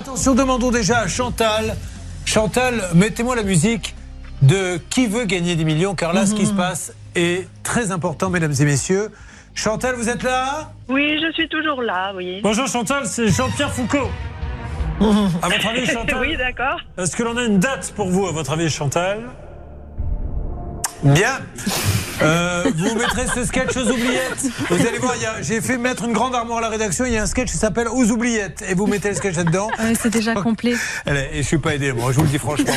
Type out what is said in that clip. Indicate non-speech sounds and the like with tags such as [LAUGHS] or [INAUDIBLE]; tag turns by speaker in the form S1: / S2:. S1: Attention, demandons déjà à Chantal. Chantal, mettez-moi la musique de Qui veut gagner des millions, car là, ce qui se passe est très important, mesdames et messieurs. Chantal, vous êtes là
S2: Oui, je suis toujours là, oui.
S3: Bonjour Chantal, c'est Jean-Pierre Foucault. À votre [LAUGHS]
S2: [LAUGHS]
S3: avis,
S2: Oui,
S3: Chantal,
S2: d'accord.
S3: est-ce que l'on a une date pour vous, à votre avis, Chantal
S1: Bien. Euh, vous mettrez ce sketch aux oubliettes. Vous allez voir, il y a- j'ai fait mettre une grande armoire à la rédaction. Il y a un sketch qui s'appelle Aux oubliettes. Et vous mettez le sketch là-dedans. Oh.
S4: Ouais, Euh, c'est déjà complet.
S1: Allez, et je suis pas aidé, moi, je vous le dis franchement.